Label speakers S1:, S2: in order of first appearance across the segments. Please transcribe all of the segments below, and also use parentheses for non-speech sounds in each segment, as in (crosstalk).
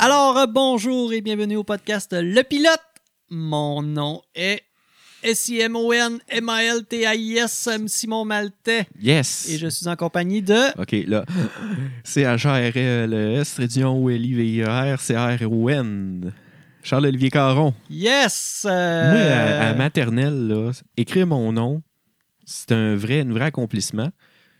S1: Alors, euh, bonjour et bienvenue au podcast Le Pilote. Mon nom est S-I-M-O-N-M-A-L-T-A-I-S, Simon Maltais.
S2: Yes.
S1: Et je suis en compagnie de.
S2: OK, là. (gasps) C-H-A-R-L-S, Trédion, L-I, V-I-R, C-R-O-N. Charles-Olivier Caron.
S1: Yes! euh,
S2: Moi, à, à maternelle, là, écrire mon nom, c'est un vrai, un vrai accomplissement.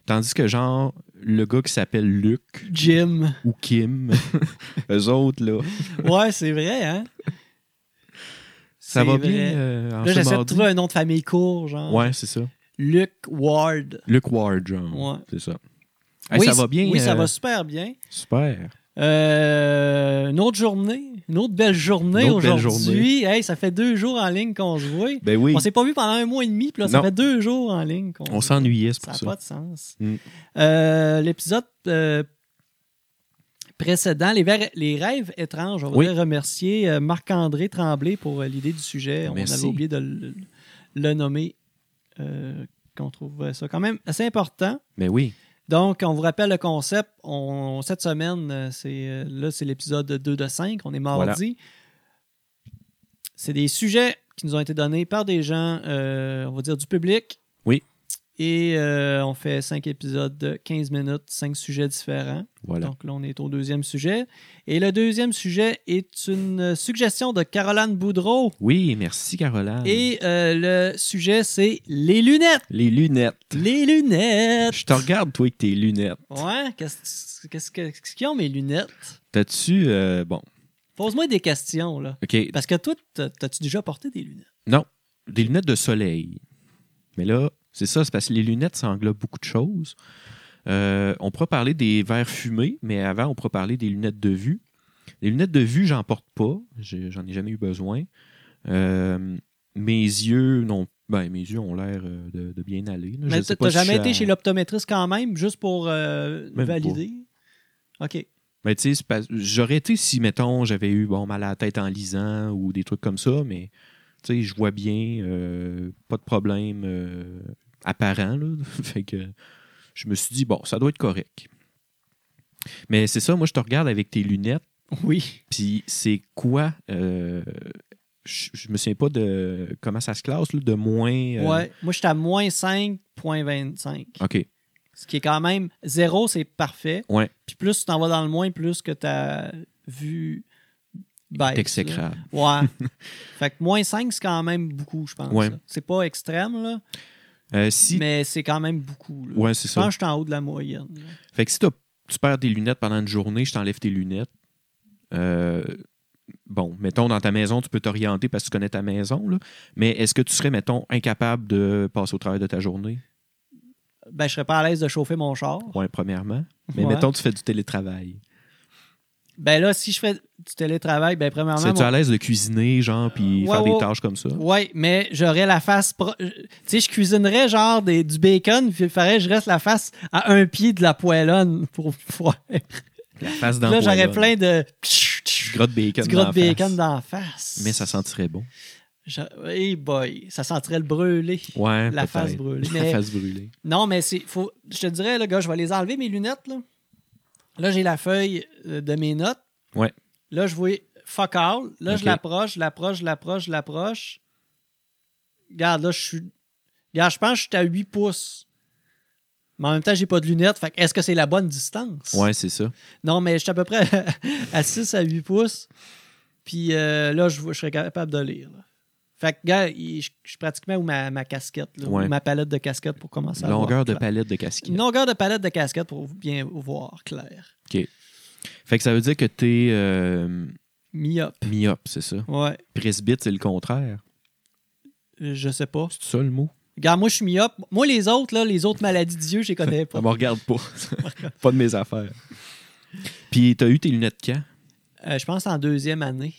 S2: Tandis que, genre, le gars qui s'appelle Luc
S1: Jim.
S2: ou Kim, (laughs) eux autres, là,
S1: Ouais, c'est vrai, hein?
S2: ça
S1: C'est
S2: va
S1: vrai.
S2: bien euh, en
S1: Là,
S2: ce
S1: j'essaie de
S2: mardi?
S1: trouver un nom de famille court, genre.
S2: Ouais, c'est ça.
S1: Luke Ward.
S2: Luc Ward, genre.
S1: Ouais.
S2: C'est ça. Hey, ça
S1: c-
S2: va bien?
S1: Oui, ça
S2: euh,
S1: va super bien.
S2: Super.
S1: Euh, une autre journée, une autre belle journée
S2: Une autre belle
S1: aujourd'hui. Hey, ça fait deux jours en ligne qu'on se voit.
S2: Ben oui,
S1: On s'est pas vu pendant un mois et demi, puis là, ça
S2: Non.
S1: fait deux jours en ligne qu'on
S2: on s'ennuyait, c'est
S1: Ça
S2: pour
S1: n'a
S2: ça.
S1: pas de sens.
S2: Mm.
S1: Euh, L'épisode euh, précédent, les, ver- les rêves étranges, on
S2: Oui.
S1: voudrait remercier euh, Marc-André Tremblay pour euh, l'idée du sujet. On
S2: Merci.
S1: avait oublié de le, le nommer, euh, qu'on trouve ça quand même assez important.
S2: Mais Ben oui.
S1: Donc, on vous rappelle le concept. On, cette semaine, euh, c'est euh, là, c'est l'épisode 2 de 5. On est mardi. C'est des sujets qui nous ont été donnés par des gens, euh, on va dire, du public.
S2: Oui.
S1: Et euh, on fait 5 épisodes de 15 minutes, 5 sujets différents.
S2: Voilà.
S1: Donc là, on est au deuxième sujet. Et le deuxième sujet est une euh, suggestion de Caroline Boudreau.
S2: Oui, merci, Caroline.
S1: Et euh, le sujet, c'est les lunettes.
S2: Les lunettes.
S1: Les lunettes.
S2: Je te regarde, toi, avec tes lunettes.
S1: Ouais, qu'est-ce qu'est-ce que- qu'est-ce qu'ils ont mes lunettes?
S2: T'as-tu. euh, bon,
S1: Pose-moi des questions, là.
S2: OK.
S1: Parce que toi, t'as- t'as-tu déjà porté des lunettes?
S2: Non, des lunettes de soleil. Mais là, c'est ça, c'est parce que les lunettes, ça englobe beaucoup de choses. Euh, on pourra parler des verres fumés, mais avant, on pourra parler des lunettes de vue. Les lunettes de vue, j'en porte pas. J'ai- J'en ai jamais eu besoin. Euh, mes yeux n'ont ben, mes yeux ont l'air euh, de, de bien aller. là.
S1: Mais
S2: Je sais
S1: t'as t'as
S2: pas si
S1: jamais
S2: je suis
S1: été
S2: à-
S1: chez l'optométriste quand même, juste pour euh,
S2: Même
S1: valider? OK.
S2: Mais tu sais, c'est pas- j'aurais été si, mettons, j'avais eu bon, mal à la tête en lisant ou des trucs comme ça, mais tu sais, je vois bien, euh, pas de problème euh, apparent. Là. (laughs) fait que je me suis dit, bon, ça doit être correct. Mais c'est ça, moi, je te regarde avec tes lunettes,
S1: Oui.
S2: puis c'est quoi. euh, je je me souviens pas de comment ça se classe, là, de moins. euh,
S1: Ouais. Moi, j'étais à moins 5,25.
S2: OK.
S1: Ce qui est quand même... Zéro, c'est parfait.
S2: Ouais.
S1: Puis plus tu t'en vas dans le moins, plus que t'as vu... Bête, là.
S2: T'exécrable.
S1: Ouais.
S2: (laughs)
S1: fait que moins 5, c'est quand même beaucoup, je pense.
S2: Ouais.
S1: là. C'est pas extrême, là,
S2: Euh, si.
S1: mais c'est quand même beaucoup. là.
S2: Ouais, c'est
S1: Je
S2: ça.
S1: pense que je suis en haut de la moyenne. là.
S2: Fait que si t'as- tu perds tes lunettes pendant une journée, je t'enlève tes lunettes. Euh, bon, mettons, dans ta maison, tu peux t'orienter parce que tu connais ta maison, là. mais est-ce que tu serais, mettons, incapable de passer au travail de ta journée?
S1: Ben, je serais pas à l'aise de chauffer mon char.
S2: Oui, premièrement. Mais
S1: Ouais.
S2: mettons, tu fais du télétravail.
S1: Ben là, si je fais du télétravail, ben premièrement...
S2: Serais-tu
S1: mon-
S2: à l'aise de cuisiner, genre, puis
S1: Euh, Ouais,
S2: faire
S1: ouais.
S2: des tâches comme ça?
S1: Ouais, mais j'aurais la face... pro- euh, Tu sais, je cuisinerais genre des- du bacon, puis il faudrait que je reste la face à un pied de la poêlonne pour pouvoir... (laughs)
S2: La face dans
S1: Là,
S2: le
S1: j'aurais plein
S2: poêlon.
S1: de...
S2: Du grotte bacon.
S1: Du
S2: dans
S1: gros
S2: la
S1: de bacon
S2: face.
S1: dans la face.
S2: Mais ça sentirait bon.
S1: Je- Hey boy, ça sentirait le brûlé.
S2: Ouais,
S1: La
S2: peut-être.
S1: face brûlée.
S2: La
S1: Mais-
S2: face brûlée.
S1: Non, mais c'est. Faut, je te dirais, là, gars, je vais les enlever, mes lunettes. Là, là j'ai la feuille euh, de mes notes.
S2: Ouais.
S1: Là, je vois fuck all. Là,
S2: Ok.
S1: je l'approche, je l'approche, je l'approche, je l'approche. Regarde, là, je suis. Regarde, je pense que je suis à 8 pouces. Mais en même temps, j'ai pas de lunettes. Fait que est-ce que c'est la bonne distance?
S2: Ouais, c'est ça.
S1: Non, mais je suis à peu près (laughs) à 6 à 8 pouces. Puis euh, là, je, vois- je serais capable de lire. là. Fait que, gars, il- je je suis pratiquement où ma, ma casquette, là, où
S2: Ouais.
S1: ma palette de casquette pour commencer à voir
S2: Longueur de
S1: clair.
S2: palette de casquette.
S1: Une longueur de palette de casquette pour bien voir clair.
S2: Fait que ça veut dire que t'es euh,
S1: Myope.
S2: myope, c'est ça?
S1: Ouais,
S2: Presbyte, c'est le contraire.
S1: je sais pas.
S2: C'est ça le mot?
S1: Regarde, moi, je suis myope. Moi, les autres, là, les autres maladies de Dieu, je les
S2: (laughs)
S1: connais pas.
S2: Ça me regarde pas. pas de mes affaires. Puis t'as eu tes lunettes quand?
S1: Euh, je pense en deuxième année.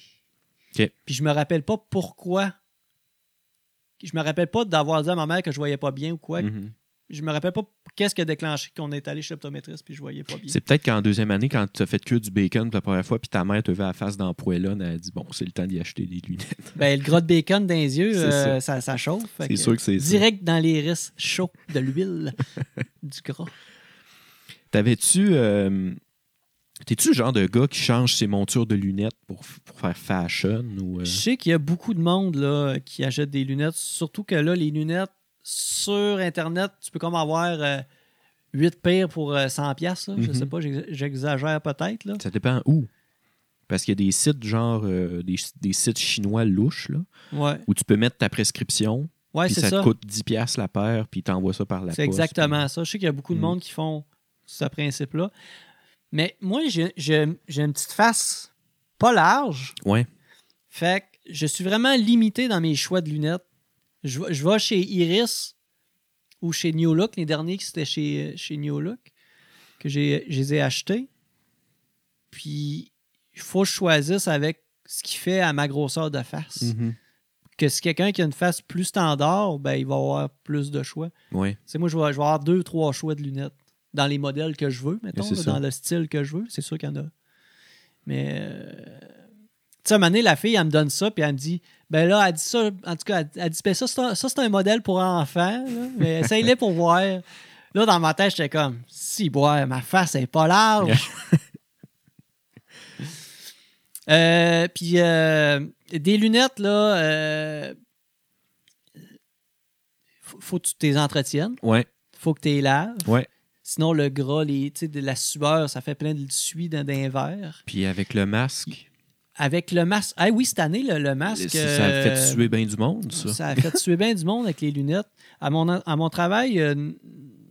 S2: OK.
S1: Puis je me rappelle pas pourquoi. Je me rappelle pas d'avoir dit à ma mère que je voyais pas bien ou quoi.
S2: Mhm.
S1: Je me rappelle pas qu'est-ce qui a déclenché qu'on est allé chez l'optométriste puis je voyais pas bien.
S2: C'est peut-être qu'en deuxième année, quand tu as fait que du bacon pour la première fois, puis ta mère te vu à la face dans la poêlonne, elle a dit Bon, c'est le temps d'y acheter des lunettes.
S1: Ben, le gras de bacon dans les yeux,
S2: C'est
S1: euh, ça. Ça, chauffe. Fait
S2: C'est sûr que c'est ça.
S1: Direct dans les risques chaud
S2: (laughs)
S1: de l'huile, du gras.
S2: T'avais-tu. euh, T'es-tu le genre de gars qui change ses montures de lunettes pour, pour faire fashion ou. euh,
S1: Je sais qu'il y a beaucoup de monde là, qui achète des lunettes, surtout que là, les lunettes sur Internet, tu peux comme avoir euh, 8 paires pour euh, 100$. piastres, là. Je
S2: Mhm.
S1: sais pas, j'ex- j'exagère peut-être. là.
S2: Ça dépend où. Parce qu'il y a des sites genre euh, des, des sites chinois louches là,
S1: Ouais,
S2: où tu peux mettre ta prescription,
S1: ouais
S2: puis
S1: c'est
S2: ça,
S1: ça.
S2: te coûte 10$ piastres la paire, puis ils t'envoient ça par la poste.
S1: C'est exactement ça. Je sais qu'il y a beaucoup de
S2: Mm.
S1: monde qui font ce principe-là. Mais moi, j'ai j'ai- j'ai une petite face pas large.
S2: Ouais.
S1: Fait que je suis vraiment limité dans mes choix de lunettes. Je, vais- je vais chez Iris ou chez New Look. Les derniers, que c'était chez, chez New Look que j'ai- je les ai achetés. Puis, il faut que je choisisse avec ce qui fait à ma grosseur de face.
S2: Puis- Mhm.
S1: Que si quelqu'un qui a une face plus standard, ben, il va avoir plus de choix.
S2: Ouais.
S1: Tu sais, moi, je vais, je vais avoir deux, trois choix de lunettes dans les modèles que je veux, mettons,
S2: c'est
S1: là,
S2: ça.
S1: dans le style que je veux. C'est sûr qu'il y en a. Mais, euh, tu sais, à un moment donné, la fille, elle me donne ça, puis elle me dit, ben là, elle dit ça, en tout cas, elle, elle dit, ben ça, c'est un, ça, c'est un modèle pour enfants, là,
S2: (laughs)
S1: mais essaye-le pour voir. Là, dans ma tête, j'étais comme, si, boire, ma face elle est pas
S2: (laughs)
S1: large. Euh, puis, euh, des lunettes, là, euh, faut, faut que tu les entretiennes
S2: Ouais.
S1: faut que tu les laves.
S2: Ouais.
S1: Sinon, le gras, les, tu sais, de la sueur, ça fait plein de suie dans d'un verre.
S2: Puis avec le masque,
S1: Avec le masque. Ah oui, cette année, le, le masque.
S2: ça ça a fait
S1: euh,
S2: tuer bien du monde, ça.
S1: ça a fait tuer bien du monde avec les lunettes. À mon, en- à mon travail, euh,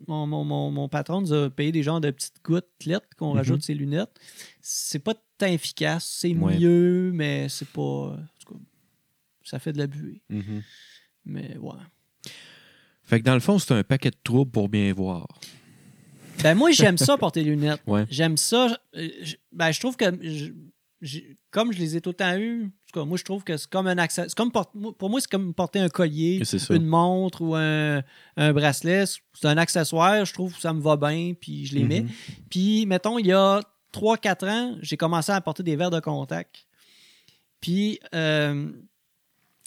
S1: mon, mon- mon- mon patron nous a payé des genres de petites gouttelettes qu'on
S2: Mhm.
S1: rajoute ces lunettes. C'est pas tant efficace. C'est
S2: Ouais.
S1: mieux, mais c'est pas. en tout cas, ça fait de la buée.
S2: Mhm.
S1: Mais ouais.
S2: Fait que dans le fond, c'est un paquet de troubles pour bien voir.
S1: Ben moi, j'aime ça porter des lunettes.
S2: Ouais.
S1: J'aime ça. euh, je- Ben, je trouve que je- j'ai- comme je les ai tout le temps eus, en tout cas, moi, je trouve que c'est comme un accessoire. Comme porte- moi- pour moi, c'est comme porter un collier,
S2: C'est ça.
S1: une montre ou un, un bracelet. C'est un accessoire. Je trouve que ça me va bien, puis je les mets.
S2: Mhm.
S1: Puis, mettons, il y a 3-4 ans, j'ai commencé à porter des verres de contact. Puis, euh,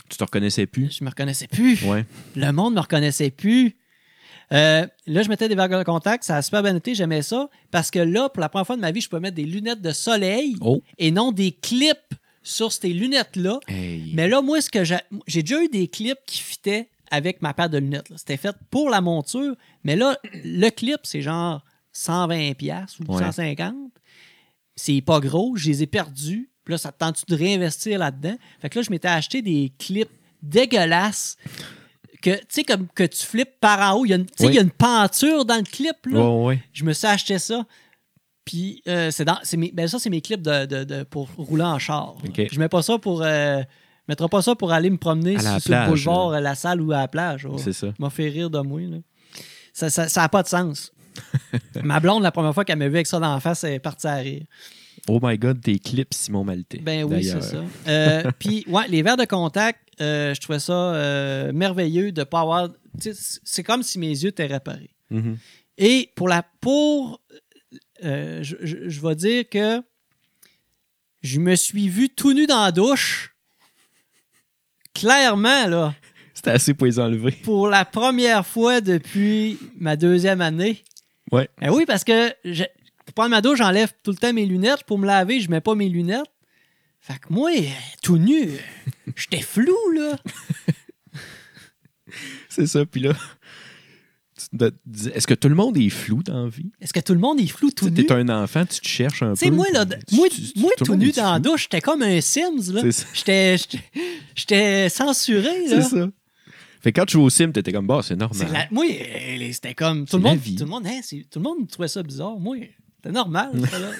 S2: Tu te reconnaissais plus?
S1: je me reconnaissais plus.
S2: Ouais.
S1: Le monde me reconnaissait plus. Euh, là, je mettais des verres de contact, ça a super bien été, j'aimais ça. Parce que là, pour la première fois de ma vie, je pouvais mettre des lunettes de soleil
S2: Oh!
S1: et non des clips sur ces lunettes-là.
S2: Hey!
S1: Mais là, moi, ce que j'a- j'ai déjà eu des clips qui fitaient avec ma paire de lunettes. là. C'était fait pour la monture, mais là, le clip, c'est genre 120$ piastres ou
S2: Ouais.
S1: 150$. C'est pas gros, je les ai perdus. Puis là, ça te tente de réinvestir là-dedans? Fait que là, je m'étais acheté des clips dégueulasses que, tu sais, comme que tu flippes par en haut. Il y a une, tu sais,
S2: Oui.
S1: il y a une peinture dans le clip, là.
S2: Ouais, ouais.
S1: Je me suis acheté ça. Puis, euh, c'est dans, c'est mes- ben ça, c'est mes clips de, de- de- pour rouler en char. là.
S2: Ok.
S1: Je mets pas ça pour. euh, je mettrai pas ça pour aller me promener
S2: À
S1: sur,
S2: la
S1: sur le
S2: plage,
S1: boulevard, à la salle ou à la plage. là.
S2: C'est ça.
S1: Ça m'a fait rire de moi. là. Ça n'a ça, ça a pas de
S2: (laughs)
S1: sens. Ma blonde, la première fois qu'elle m'a vu avec ça dans la face, elle est partie à rire.
S2: Oh my god, tes clips, Simon Maltais.
S1: Ben oui, c'est
S2: d'ailleurs.
S1: ça. Euh, (laughs) Puis, ouais, les verres de contact, euh, je trouvais ça euh, merveilleux de pas avoir. tu sais, C'est c'est comme si mes yeux étaient réparés.
S2: Mhm.
S1: Et pour la pour, euh, je, je- je vais dire que je me suis vu tout nu dans la douche. Clairement, là,
S2: C'était assez pour les enlever. (laughs)
S1: pour la première fois depuis ma deuxième année.
S2: Ouais.
S1: Ben oui, parce que je- pour prendre ma douche, j'enlève tout le temps mes lunettes. Pour me laver, je mets pas mes lunettes. Fait que moi, euh, tout nu, (laughs) j'étais flou, là.
S2: C'est ça, puis là. tu te dis, Est-ce que tout le monde est flou dans la vie?
S1: Est-ce que tout le monde est flou tout
S2: Tu
S1: nu?
S2: T'es
S1: Tu
S2: un enfant, tu te cherches un peu.
S1: sais, moi, là,
S2: puis tu-
S1: moi,
S2: tu-
S1: moi,
S2: le
S1: tout
S2: monde
S1: nu
S2: est
S1: dans la
S2: flou.
S1: douche, j'étais comme un Sims, là.
S2: C'est ça.
S1: J'étais- J'étais j'étais censuré,
S2: C'est
S1: là.
S2: ça. Fait que quand tu joues au sim, t'étais comme, bah, c'est normal.
S1: C'est la- moi, euh, c'était comme.
S2: C'est
S1: Tout le,
S2: la
S1: monde,
S2: vie.
S1: tout, le monde, hein, c'est- tout le monde trouvait ça bizarre. Moi, c'était normal, ça,
S2: (laughs)
S1: là.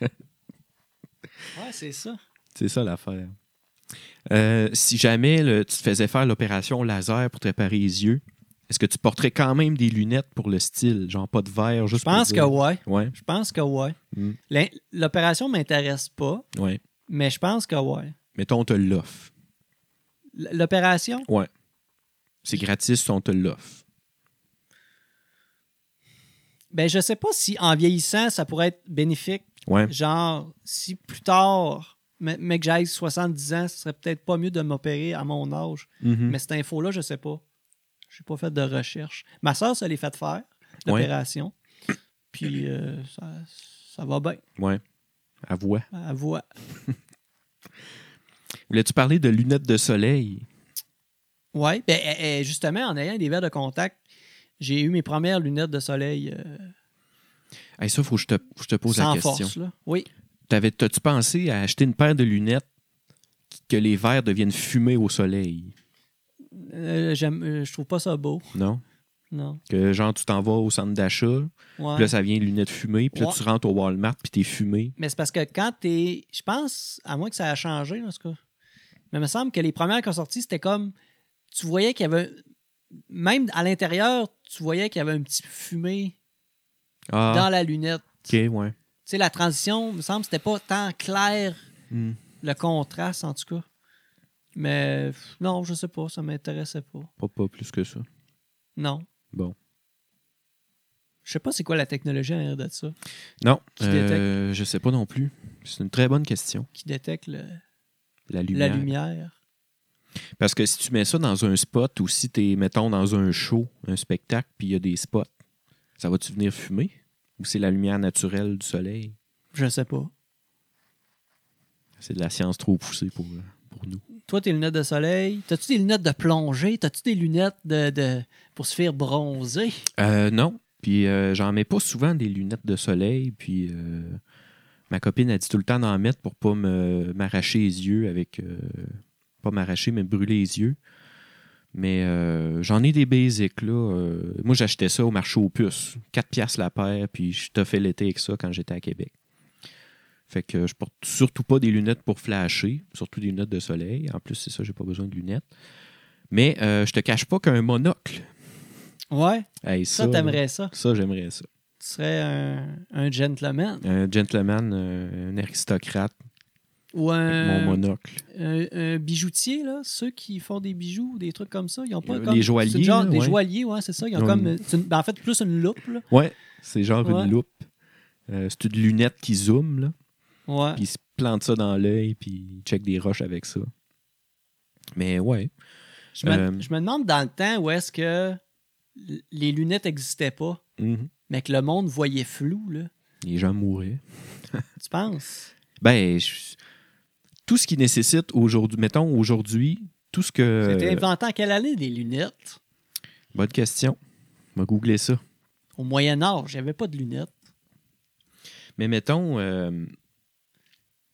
S1: ouais, c'est ça.
S2: C'est ça l'affaire. Euh, si jamais là, tu te faisais faire l'opération laser pour te réparer les yeux, est-ce que tu porterais quand même des lunettes pour le style? Genre pas de verre, juste
S1: Je pense que
S2: pour
S1: ouais.
S2: que ouais.
S1: Je pense que ouais.
S2: Mm.
S1: L'in- L'opération m'intéresse pas,
S2: Ouais.
S1: mais je pense que ouais.
S2: Mettons, on te l'offre.
S1: L- L'opération,
S2: C'est gratis, on te l'offre.
S1: ben je sais pas si en vieillissant, ça pourrait être bénéfique.
S2: Ouais.
S1: Genre, si plus tard, mais, mais que j'aille 70 ans, ce serait peut-être pas mieux de m'opérer à mon âge.
S2: Mhm.
S1: Mais cette info-là, je sais pas. Je n'ai pas fait de recherche. Ma soeur, ça l'est fait faire,
S2: Ouais.
S1: l'opération. Puis euh, ça, ça va bien.
S2: Ouais. À voix.
S1: À voix.
S2: Voulais-tu parler de lunettes de soleil?
S1: Oui, ben, euh, euh, justement, en ayant des verres de contact, j'ai eu mes premières lunettes de soleil euh,
S2: Hey, ça, faut que je te, faut que je te pose
S1: sans
S2: la question.
S1: force. Là. Oui.
S2: T'avais- T'as-tu pensé à acheter une paire de lunettes qui- que les verres deviennent fumés au soleil?
S1: Euh, j'aime- euh, je trouve pas ça beau.
S2: Non?
S1: Non.
S2: Que genre, tu t'en vas au centre d'achat,
S1: Ouais.
S2: puis là, ça vient de lunettes fumées, puis là,
S1: Ouais.
S2: tu rentres au Walmart, puis t'es fumé.
S1: Mais c'est parce que quand t'es. Je pense, à moins que ça a changé, en tout cas. Mais il me semble que les premières qui ont sorti, c'était comme. Tu voyais qu'il y avait. Même à l'intérieur, tu voyais qu'il y avait un petit fumée
S2: Ah,
S1: dans la lunette.
S2: ok, ouais.
S1: Tu sais, la transition, il me semble, c'était pas tant clair
S2: Hmm.
S1: le contraste, en tout cas. Mais pff, non, je sais pas, ça m'intéressait pas.
S2: Pas, pas plus que ça.
S1: Non.
S2: Bon.
S1: Je sais pas c'est quoi la technologie en arrière de ça
S2: Non,
S1: Qui
S2: euh, je sais pas non plus. C'est une très bonne question,
S1: qui détecte le- la
S2: la lumière.
S1: lumière.
S2: Parce que si tu mets ça dans un spot ou si t'es, mettons, dans un show, un spectacle, puis il y a des spots, ça va-tu venir fumer? Ou c'est la lumière naturelle du soleil?
S1: Je sais pas.
S2: C'est de la science trop poussée pour, euh, pour nous.
S1: Toi, tes lunettes de soleil, t'as-tu des lunettes de plongée? T'as-tu des lunettes de, de- pour se faire bronzer?
S2: Euh, non. Puis euh, j'en mets pas souvent des lunettes de soleil. Puis euh, ma copine a dit tout le temps d'en mettre pour pas me- m'arracher les yeux avec. euh, pas m'arracher, mais brûler les yeux. Mais euh, j'en ai des basics, là. Euh, moi, j'achetais ça au marché aux puces. 4 piastres la paire, puis je te fais l'été avec ça quand j'étais à Québec. Fait que je porte surtout pas des lunettes pour flasher, surtout des lunettes de soleil. En plus, c'est ça, j'ai pas besoin de lunettes. Mais euh, je te cache pas qu'un monocle.
S1: Ouais,
S2: Hey,
S1: ça,
S2: ça, là,
S1: t'aimerais ça.
S2: ça, j'aimerais ça.
S1: Tu serais un, un gentleman.
S2: Un gentleman, euh, un aristocrate,
S1: Ou
S2: avec mon
S1: un,
S2: monocle.
S1: un- un bijoutier, là. Ceux qui font des bijoux, des trucs comme ça, ils ont pas
S2: Euh,
S1: comme...
S2: les joailliers,
S1: c'est le genre-
S2: là,
S1: Des
S2: ouais.
S1: joailliers, ouais, c'est ça. Ils ont
S2: Ils ont
S1: comme...
S2: une-
S1: c'est une- ben, en fait, plus une loupe, là.
S2: Ouais, c'est genre
S1: Ouais.
S2: une loupe. Euh, c'est une lunette qui zoome, là.
S1: Ouais.
S2: Puis il se plante ça dans l'œil, puis il check des roches avec ça. Mais ouais.
S1: Je me,
S2: Euh,
S1: je me demande dans le temps où est-ce que l- les lunettes n'existaient pas,
S2: Mhm.
S1: mais que le monde voyait flou, là.
S2: Les gens mouraient.
S1: Tu penses?
S2: Ben, je- tout ce qui nécessite aujourd'hui, mettons aujourd'hui, tout ce que. euh,
S1: C'était inventé en quelle année, les lunettes?
S2: Bonne question. On va googler ça.
S1: Au Moyen-Âge, il n'y avait pas de lunettes.
S2: Mais mettons, euh,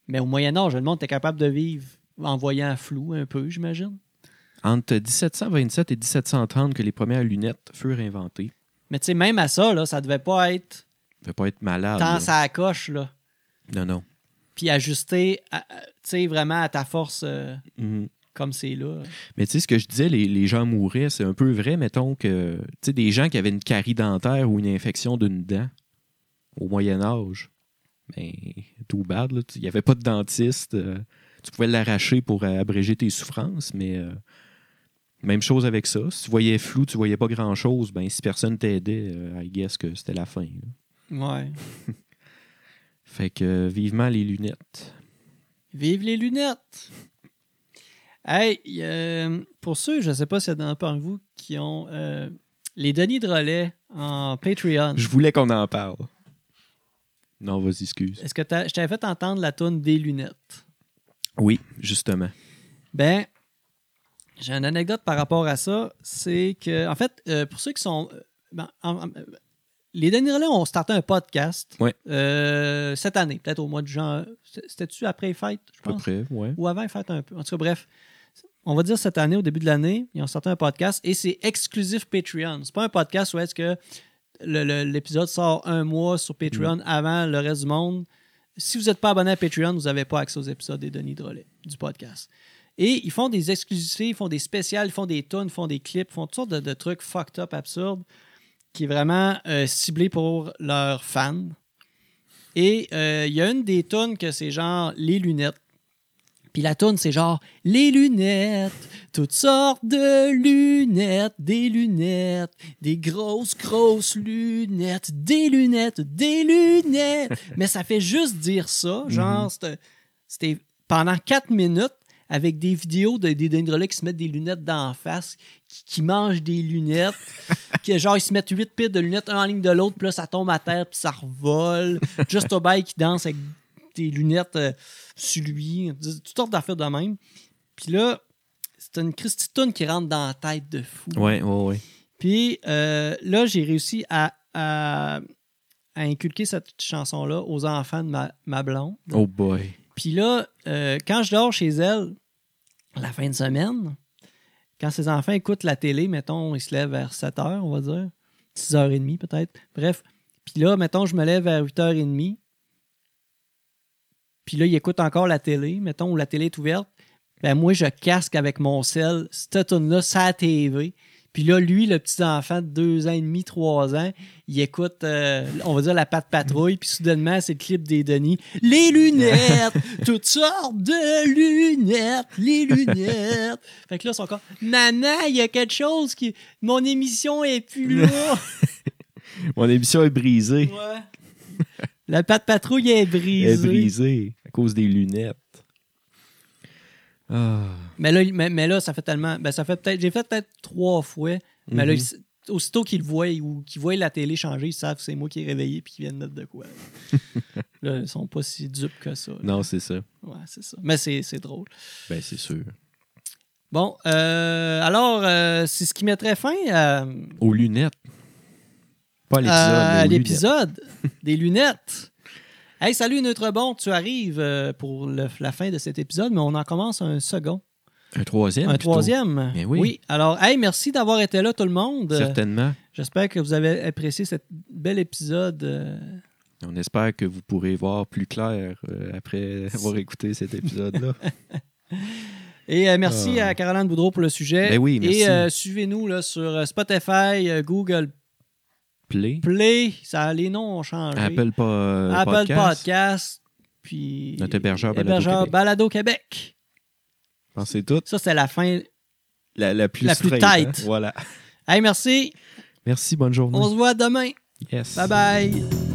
S1: Mais au Moyen-Âge, le monde était capable de vivre en voyant flou un peu, j'imagine.
S2: entre 1727 et 1730 que les premières lunettes furent inventées.
S1: Mais tu sais, même à ça, là, ça devait pas être
S2: Ça ne pas être malade.
S1: tant
S2: Ah, là.
S1: ça coche, là.
S2: Non, non.
S1: Puis ajusté, à- à- tu sais, vraiment à ta force euh,
S2: Mhm.
S1: comme c'est là.
S2: Mais tu sais, ce que je disais, les, les gens mouraient, c'est un peu vrai, mettons que, tu sais, des gens qui avaient une carie dentaire ou une infection d'une dent au Moyen Âge, ben, tout bad, là. il n'y avait pas de dentiste, euh, tu pouvais l'arracher pour euh, abréger tes souffrances, mais euh, même chose avec ça, si tu voyais flou, tu voyais pas grand-chose, ben, si personne t'aidait, euh, I guess que c'était la fin. là.
S1: Ouais.
S2: Fait que, euh, vivement les lunettes.
S1: Vive les lunettes! Hey, euh, pour ceux, je ne sais pas s'il y en a parmi vous qui ont euh, les Denis de relais en Patreon.
S2: Je voulais qu'on en parle. Non, vas-y, excuse.
S1: Est-ce que t'as- je t'avais fait entendre la toune des lunettes?
S2: Oui, justement.
S1: Ben, j'ai une anecdote par rapport à ça. C'est que, en fait, euh, pour ceux qui sont. euh, ben, en- en- euh, les Denis de relais ont starté un podcast
S2: Ouais.
S1: euh, cette année, peut-être au mois de juin. C'était-tu après les fêtes, je
S2: À peu
S1: pense?
S2: près, ouais.
S1: ou avant, faites un peu. En tout cas, bref, on va dire cette année, au début de l'année, ils ont sorti un podcast et c'est exclusif Patreon. C'est pas un podcast où est-ce que le- le- l'épisode sort un mois sur Patreon avant le reste du monde. Si vous n'êtes pas abonné à Patreon, vous n'avez pas accès aux épisodes des Denis Drolet du podcast. Et ils font des exclusivités, ils font des spéciales, ils font des tunes, ils font des clips, ils font toutes sortes de, de trucs fucked up, absurdes, qui est vraiment euh, ciblé pour leurs fans. Et euh, il y a une des tunes que c'est genre les lunettes. Puis la tourne, c'est genre les lunettes, toutes sortes de lunettes, des lunettes, des grosses, grosses lunettes, des lunettes, des lunettes. Mais ça fait juste dire ça, genre, c'était- c'était pendant quatre minutes avec des vidéos de, des dendrolets qui se mettent des lunettes d'en face, qui, qui mangent des lunettes, qui, genre, ils se mettent huit pires de lunettes, un en ligne de l'autre, puis là, ça tombe à terre, puis ça revole. Just Obey qui danse avec tes lunettes euh, sur lui, toutes sortes d'affaires de même. Puis là, c'est une Christitoune qui rentre dans la tête de fou.
S2: Ouais, ouais, ouais.
S1: Puis euh, là, j'ai réussi à, à, à inculquer cette chanson-là aux enfants de ma, ma blonde.
S2: Oh boy.
S1: Puis là, euh, quand je dors chez elle, la fin de semaine, quand ses enfants écoutent la télé, mettons, ils se lèvent vers 7 h, on va dire, 6h30 peut-être, bref. Puis là, mettons, je me lève vers 8h30. Puis là, ils écoutent encore la télé, mettons, où la télé est ouverte. Ben moi, je casque avec mon sel cette tune-là, sa TV. Puis là, lui, le petit enfant de 2 ans et demi, 3 ans, il écoute, euh, on va dire, la patte patrouille, puis soudainement, c'est le clip des Denis. Les
S2: (laughs)
S1: lunettes, toutes sortes de lunettes, les
S2: (laughs)
S1: lunettes. Fait que là, ils sont encore, maman, il y a quelque chose qui. Mon émission est plus là.
S2: Mon émission est brisée.
S1: Ouais. La patte patrouille est
S2: Elle
S1: brisée.
S2: est brisée à cause des lunettes. Ah.
S1: Mais là, il- mais, mais là, ça fait tellement. Ben, ça fait peut-être. J'ai fait peut-être trois fois. Mais là,
S2: Mhm.
S1: il- aussitôt qu'ils le voient ou qu'ils voient la télé changer, ils savent que c'est moi qui ai réveillé puis qu'ils viennent mettre de
S2: (laughs)
S1: quoi. là, ils sont pas si dupes que ça.
S2: Non, c'est ça.
S1: Ouais, c'est ça. Mais c'est c'est drôle.
S2: Ben, c'est sûr.
S1: Bon, euh, alors, euh, c'est ce qui mettrait fin à,
S2: Aux lunettes. Pas à l'épisode.
S1: Euh, à
S2: mais aux
S1: l'épisode des lunettes. (laughs) Hey, salut, Neutre Bon, tu arrives euh, pour le- la fin de cet épisode, mais on en commence un second.
S2: lunettes. Un troisième.
S1: Un
S2: plutôt.
S1: troisième.
S2: Mais oui.
S1: Alors, hey, merci d'avoir été là, tout le monde.
S2: Certainement.
S1: J'espère que vous avez apprécié cet bel épisode. euh,
S2: On espère que vous pourrez voir plus clair euh, après avoir écouté cet épisode-là.
S1: Et euh, merci
S2: Ah.
S1: à Caroline Boudreau pour le sujet.
S2: Ben oui, merci.
S1: Et euh, suivez-nous là, sur euh, Spotify, euh, Google
S2: (laughs) Play.
S1: Play. Ça, les noms ont changé.
S2: Apple, pas, euh,
S1: Apple
S2: Podcast.
S1: Ah, Podcast, Puis. Eh ben,
S2: Notre hébergeur Balado Québec.
S1: Balado Québec.
S2: Bon, C'est tout.
S1: Ça, c'est la fin.
S2: La, la plus
S1: La plus
S2: straight, hein.
S1: tight.
S2: Voilà.
S1: Hey, merci.
S2: Merci, bonne journée.
S1: On se voit demain.
S2: Yes.
S1: Bye bye.